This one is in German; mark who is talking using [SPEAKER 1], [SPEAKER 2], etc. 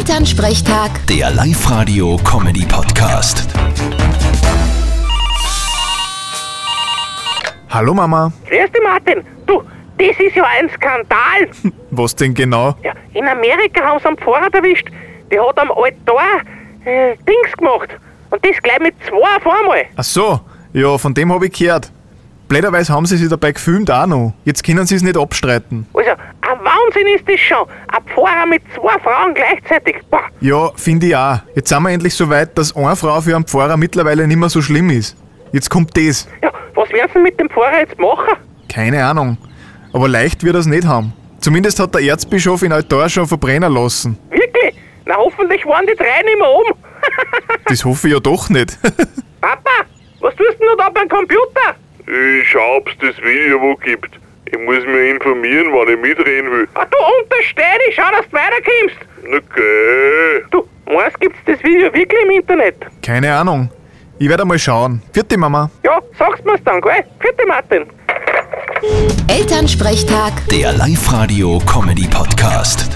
[SPEAKER 1] Elternsprechtag,
[SPEAKER 2] Der Live-Radio-Comedy-Podcast.
[SPEAKER 3] Hallo Mama,
[SPEAKER 4] Grüß dich, Martin. Du, das ist ja ein Skandal.
[SPEAKER 3] was denn genau?
[SPEAKER 4] Ja, in Amerika haben sie einen Pfarrer erwischt. Der hat am Altar äh, Dings gemacht. Und das gleich mit zwei auf einmal.
[SPEAKER 3] Ach so, ja, von dem habe ich gehört. Blöderweise haben sie sich dabei gefilmt auch noch. Jetzt können sie es nicht abstreiten.
[SPEAKER 4] Also, ein Wahnsinn ist das schon. Ein Pfarrer mit zwei Frauen gleichzeitig. Boah,
[SPEAKER 3] Ja, finde ich auch. Jetzt sind wir endlich so weit, dass eine Frau für einen Pfarrer mittlerweile nicht mehr so schlimm ist. Jetzt kommt das.
[SPEAKER 4] ja, was werden sie denn mit dem Pfarrer jetzt machen?
[SPEAKER 3] Keine Ahnung. Aber leicht wird das nicht haben. Zumindest hat der Erzbischof in Altar schon verbrennen lassen.
[SPEAKER 4] Wirklich? Na, hoffentlich waren die drei nicht mehr um.
[SPEAKER 3] Das hoffe ich ja doch nicht.
[SPEAKER 4] Papa, was tust du denn da beim Computer?
[SPEAKER 5] Ich schau, ob's das Video wo gibt. Ich muss mich informieren, wann ich mitreden will.
[SPEAKER 4] Ah, du untersteh dich, schau, dass du weiterkommst.
[SPEAKER 5] Okay.
[SPEAKER 4] Du, meinst, gibt's das Video wirklich im Internet?
[SPEAKER 3] Keine Ahnung. Ich werde mal schauen. Vierte Mama.
[SPEAKER 4] Ja, sagst mir's dann, gell? Vierte Martin.
[SPEAKER 1] Elternsprechtag.
[SPEAKER 2] Der Live-Radio-Comedy-Podcast.